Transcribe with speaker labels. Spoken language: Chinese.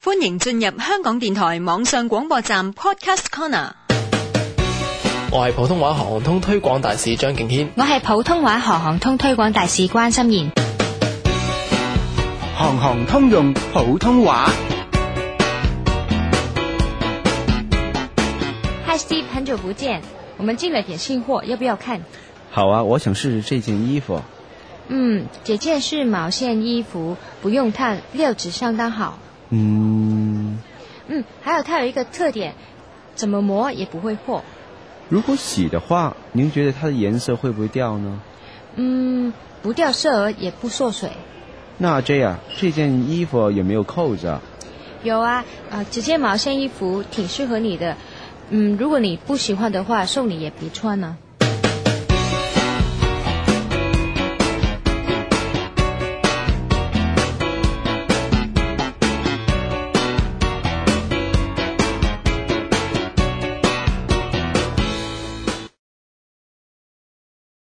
Speaker 1: 欢迎进入香港电台网上广播站 Podcast Corner。
Speaker 2: 我係普通話航通推廣大使張敬軒。
Speaker 3: 我係普通話航航通推廣大使關心妍。
Speaker 4: 行行通用普通话。
Speaker 3: Hi Steve，很久不見，我們進了點新貨，要不要看？
Speaker 4: 好啊，我想试试这件衣服。
Speaker 3: 嗯，这件是毛线衣服，不用烫，料子相当好。
Speaker 4: 嗯，
Speaker 3: 嗯，还有它有一个特点，怎么磨也不会破。
Speaker 4: 如果洗的话，您觉得它的颜色会不会掉呢？
Speaker 3: 嗯，不掉色儿也不缩水。
Speaker 4: 那这样，这件衣服有没有扣子啊？
Speaker 3: 有啊，呃，这件毛线衣服挺适合你的。嗯，如果你不喜欢的话，送你也别穿呢、啊。